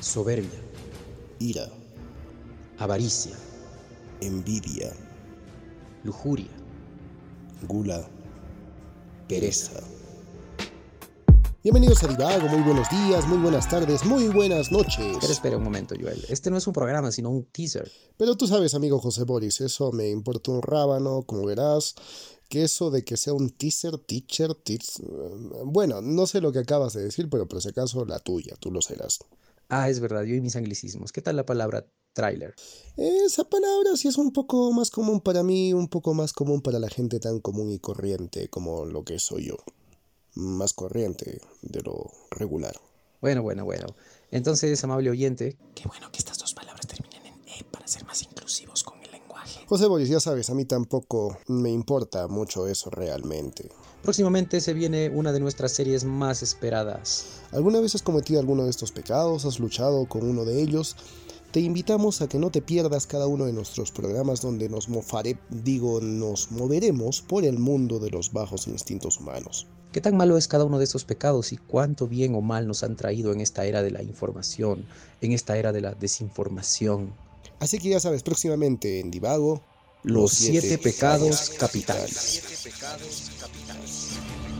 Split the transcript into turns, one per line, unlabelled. soberbia,
ira,
avaricia,
envidia,
lujuria,
gula,
pereza.
Bienvenidos a Divago, muy buenos días, muy buenas tardes, muy buenas noches.
Pero espera un momento, Joel. Este no es un programa, sino un teaser.
Pero tú sabes, amigo José Boris, eso me importa un rábano, como verás, que eso de que sea un teaser, teacher, teacher... Bueno, no sé lo que acabas de decir, pero por si acaso la tuya, tú lo serás.
Ah, es verdad, yo y mis anglicismos. ¿Qué tal la palabra tráiler?
Esa palabra sí es un poco más común para mí, un poco más común para la gente tan común y corriente como lo que soy yo. Más corriente de lo regular.
Bueno, bueno, bueno. Entonces, amable oyente,
Qué bueno que estas dos palabras terminen en E para ser más inclusivos con el lenguaje.
José Boris, ya sabes, a mí tampoco me importa mucho eso realmente.
próximamente se viene una de nuestras series más esperadas.
¿Alguna vez has cometido alguno de estos pecados? ¿Has luchado con uno de ellos? Te invitamos a que no te pierdas cada uno de nuestros programas donde nos mofaré, digo, nos moveremos por el mundo de los bajos instintos humanos.
¿Qué tan malo es cada uno de esos pecados y cuánto bien o mal nos han traído en esta era de la información, en esta era de la desinformación?
Así que ya sabes, próximamente en Divago,
Los siete pecados capitales.
siete pecados capitales.